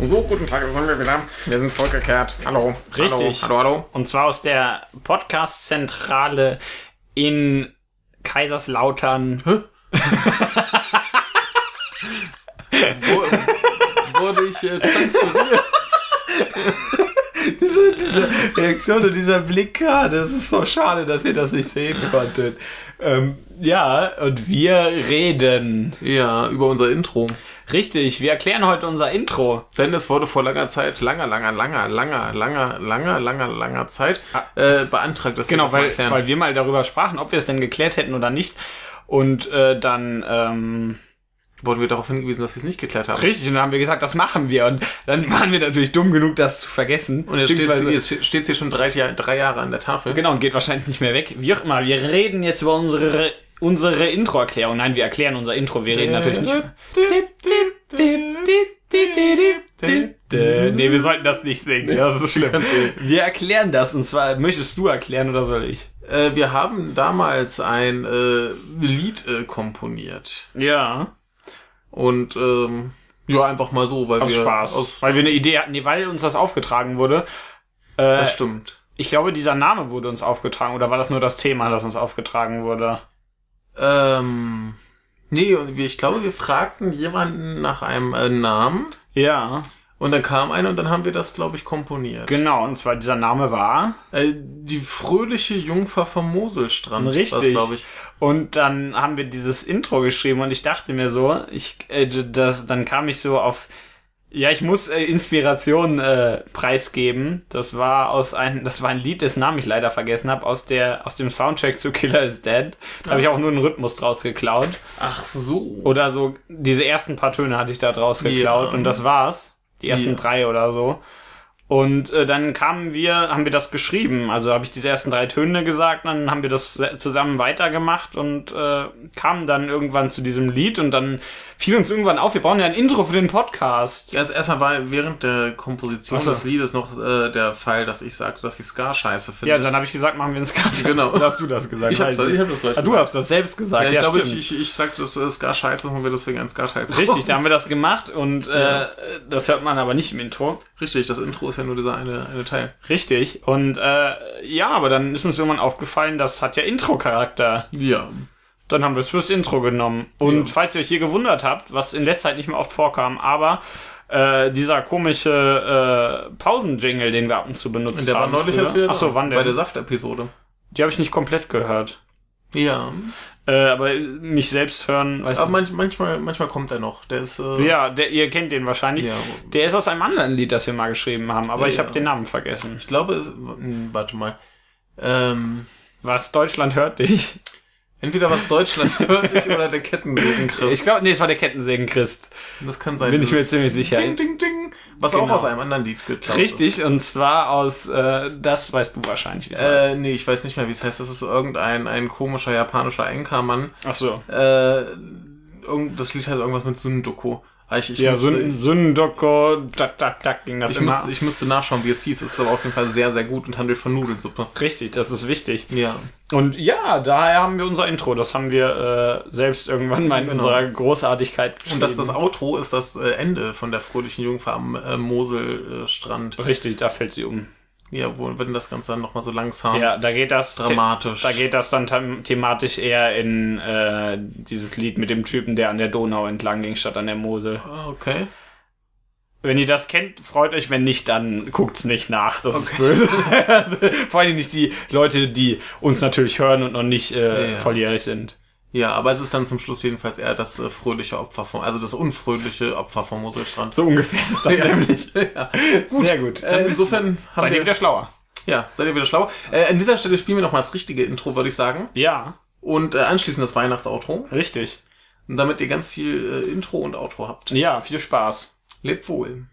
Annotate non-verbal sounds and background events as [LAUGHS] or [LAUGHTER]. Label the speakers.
Speaker 1: So, guten Tag, da sind wir wieder. Wir sind zurückgekehrt. Hallo.
Speaker 2: Richtig.
Speaker 1: Hallo, hallo. hallo.
Speaker 2: Und zwar aus der Podcast-Zentrale in Kaiserslautern.
Speaker 3: Wurde ich äh, transferiert?
Speaker 4: Reaktion und dieser Blick gerade. Es ist so schade, dass ihr das nicht sehen konntet. Ähm, ja, und wir reden.
Speaker 3: ja, über unser Intro.
Speaker 2: Richtig, wir erklären heute unser Intro.
Speaker 3: Denn es wurde vor langer Zeit, langer, langer, langer, langer, langer, langer, langer, langer Zeit äh, beantragt, dass
Speaker 2: Ah. Genau,
Speaker 3: wir
Speaker 2: weil,
Speaker 3: das mal erklären.
Speaker 2: weil wir mal darüber sprachen, ob wir es denn geklärt hätten oder nicht. Und äh, dann, ähm,
Speaker 3: Wurden wir darauf hingewiesen, dass wir es nicht geklärt haben.
Speaker 2: richtig, und dann haben wir gesagt, das machen wir. Und dann [LAUGHS] waren wir natürlich dumm genug, das zu vergessen.
Speaker 3: Und jetzt steht
Speaker 2: Beziehungsweise-
Speaker 3: sie, steht sie schon drei, Jahr- drei Jahre an der Tafel.
Speaker 2: Genau, und geht wahrscheinlich nicht mehr weg. Wie auch immer, wir reden jetzt über unsere, unsere Intro-Erklärung. Nein, wir erklären unser Intro, wir reden natürlich nicht.
Speaker 3: Äh,
Speaker 2: Nee, wir sollten das nicht singen, das ist schlimm. Wir erklären das, und zwar möchtest du erklären oder soll ich?
Speaker 3: Äh, wir haben damals ein äh, Lied äh, komponiert.
Speaker 2: Ja,
Speaker 3: Und ähm, ja, einfach mal so, weil
Speaker 2: aus
Speaker 3: wir...
Speaker 2: Spaß.
Speaker 3: Aus,
Speaker 2: weil wir eine Idee hatten, nee, weil uns das aufgetragen wurde. Äh,
Speaker 3: das stimmt.
Speaker 2: ich glaube, dieser Name wurde uns aufgetragen, oder war das nur das Thema, das uns aufgetragen wurde?
Speaker 3: Ähm, nee, und wir, ich glaube, wir fragten jemanden nach einem äh, Namen.
Speaker 2: Ja,
Speaker 3: Und dann kam einer und dann haben wir das, glaube ich, komponiert.
Speaker 2: genau, und zwar dieser Name war...
Speaker 3: Äh, die fröhliche Jungfer vom Moselstrand. Das,
Speaker 2: Richtig.
Speaker 3: glaube ich.
Speaker 2: Und dann haben wir dieses Intro geschrieben und ich dachte mir so, ich äh, d- das, dann kam ich so auf, ja, ich muss äh, Inspiration äh, preisgeben. Das war aus einem, das war ein Lied, dessen Namen ich leider vergessen habe, aus der aus dem Soundtrack zu Killer is Dead. Da habe ich auch nur einen Rhythmus draus geklaut.
Speaker 3: Ach so.
Speaker 2: Oder so, diese ersten paar Töne hatte ich da draus geklaut
Speaker 3: Ja.
Speaker 2: und das war's. Die ersten
Speaker 3: Ja.
Speaker 2: drei oder so. Und äh, dann kamen wir, haben wir das geschrieben. Also habe ich diese ersten drei Töne gesagt, dann haben wir das se- zusammen weitergemacht und äh, kamen dann irgendwann zu diesem Lied und dann fiel uns irgendwann auf, wir brauchen ja ein Intro für den Podcast.
Speaker 3: Also erstmal war während der Komposition
Speaker 2: Ach so.
Speaker 3: des Liedes noch äh, der Fall, dass ich sagte, dass ich Scar scheiße finde.
Speaker 2: Ja, dann habe ich gesagt, machen wir ein Skat.
Speaker 3: Genau.
Speaker 2: [LAUGHS] Oder hast du das gesagt?
Speaker 3: ich habe
Speaker 2: Weiß
Speaker 3: das, ich hab das gleich
Speaker 2: ah, du
Speaker 3: gesagt.
Speaker 2: hast das selbst gesagt.
Speaker 3: ja,
Speaker 2: Ja,
Speaker 3: ich glaube, ich,
Speaker 2: stimmt.
Speaker 3: ich, ich sagte, dass äh, Scar scheiße ist und wir deswegen ein Scar-Teil brauchen.
Speaker 2: Richtig, da haben wir das gemacht und äh, das hört man aber nicht im Intro.
Speaker 3: Richtig, das Intro ist ja nur dieser eine, eine Teil.
Speaker 2: Richtig. Und äh, ja, aber dann ist uns irgendwann aufgefallen, das hat ja Intro-Charakter.
Speaker 3: Ja.
Speaker 2: Dann haben wir es fürs Intro genommen. Und
Speaker 3: Ja.
Speaker 2: falls ihr euch hier gewundert habt, was in letzter Zeit nicht mehr oft vorkam, aber äh, dieser komische äh, Pausenjingle, den wir ab und zu benutzt
Speaker 3: Und der war
Speaker 2: haben.
Speaker 3: neulich
Speaker 2: früher.
Speaker 3: erst wieder
Speaker 2: Ach so,
Speaker 3: da,
Speaker 2: wann
Speaker 3: bei der
Speaker 2: denn?
Speaker 3: Saft-Episode.
Speaker 2: Die habe ich nicht komplett gehört.
Speaker 3: Ja.
Speaker 2: Äh, aber mich selbst hören, weiß
Speaker 3: Aber manch, manchmal, manchmal kommt er noch. Der ist, äh,
Speaker 2: nicht. Ja, der, ihr kennt den wahrscheinlich.
Speaker 3: Ja.
Speaker 2: Der ist aus einem anderen Lied, das wir mal geschrieben haben, aber ich
Speaker 3: Ja.
Speaker 2: habe den Namen vergessen.
Speaker 3: Ich glaube, es, hm, warte mal. Ähm,
Speaker 2: Was? Deutschland hört dich.
Speaker 3: entweder was Deutschland [LAUGHS] hört dich oder der Kettensägen
Speaker 2: Ich
Speaker 3: Chris.
Speaker 2: glaube, nee, es war der Kettensägen Christ.
Speaker 3: Das kann sein.
Speaker 2: Bin ich mir
Speaker 3: dieses
Speaker 2: ziemlich sicher.
Speaker 3: Ding, ding, ding. Was auch
Speaker 2: Genau.
Speaker 3: aus einem anderen Lied geklaut ist.
Speaker 2: Richtig, und zwar aus, äh, das weißt du wahrscheinlich. Wie es
Speaker 3: Äh,
Speaker 2: heißt.
Speaker 3: nee, ich weiß nicht mehr, wie es heißt. Das ist irgendein ein komischer japanischer Enkermann.
Speaker 2: Ach so.
Speaker 3: Äh, irgend, das Lied heißt irgendwas mit Sundoku. Ah, Ich, ich,
Speaker 2: Ja,
Speaker 3: müsste,
Speaker 2: Sünden- Sündoko, tak, tak, tak, ging das
Speaker 3: ich,
Speaker 2: immer.
Speaker 3: müsste, ich müsste nachschauen, wie es hieß. Es ist aber auf jeden Fall sehr, sehr gut und handelt von Nudelsuppe.
Speaker 2: Richtig, das ist wichtig.
Speaker 3: Ja.
Speaker 2: Und ja, daher haben wir unser Intro. Das haben wir äh, selbst irgendwann mal in
Speaker 3: Genau.
Speaker 2: unserer Großartigkeit
Speaker 3: Und das, das
Speaker 2: geschrieben.
Speaker 3: Outro ist das äh, Ende von der fröhlichen Jungfer am äh, Moselstrand.
Speaker 2: Richtig, da fällt sie um.
Speaker 3: Ja, wo, wenn das Ganze dann nochmal so langsam
Speaker 2: Ja, da geht das.
Speaker 3: dramatisch.
Speaker 2: Da geht das dann them- thematisch eher in äh, dieses Lied mit dem Typen, der an der Donau entlang ging, statt an der Mosel.
Speaker 3: Ah, Okay.
Speaker 2: Wenn ihr das kennt, freut euch. Wenn nicht, dann guckt's nicht nach. Das ist böse. [LAUGHS] Also, Vor allem nicht die Leute, die uns natürlich hören und noch nicht äh,
Speaker 3: Ja, ja.
Speaker 2: volljährig sind.
Speaker 3: Ja, aber es ist dann zum Schluss jedenfalls eher das äh, fröhliche Opfer vom, also das unfröhliche Opfer vom Moselstrand.
Speaker 2: So ungefähr ist das
Speaker 3: Ja.
Speaker 2: nämlich.
Speaker 3: [LAUGHS] Ja.
Speaker 2: Sehr gut.
Speaker 3: Äh, insofern haben
Speaker 2: seid ihr
Speaker 3: wir,
Speaker 2: wieder schlauer.
Speaker 3: ja, seid ihr wieder schlau. Äh, an dieser Stelle spielen wir nochmal das richtige Intro, würde ich sagen.
Speaker 2: Ja,
Speaker 3: Und äh, anschließend das Weihnachtsoutro.
Speaker 2: richtig.
Speaker 3: Und damit ihr ganz viel äh, Intro und Outro habt.
Speaker 2: Ja, viel Spaß.
Speaker 3: Lebt wohl.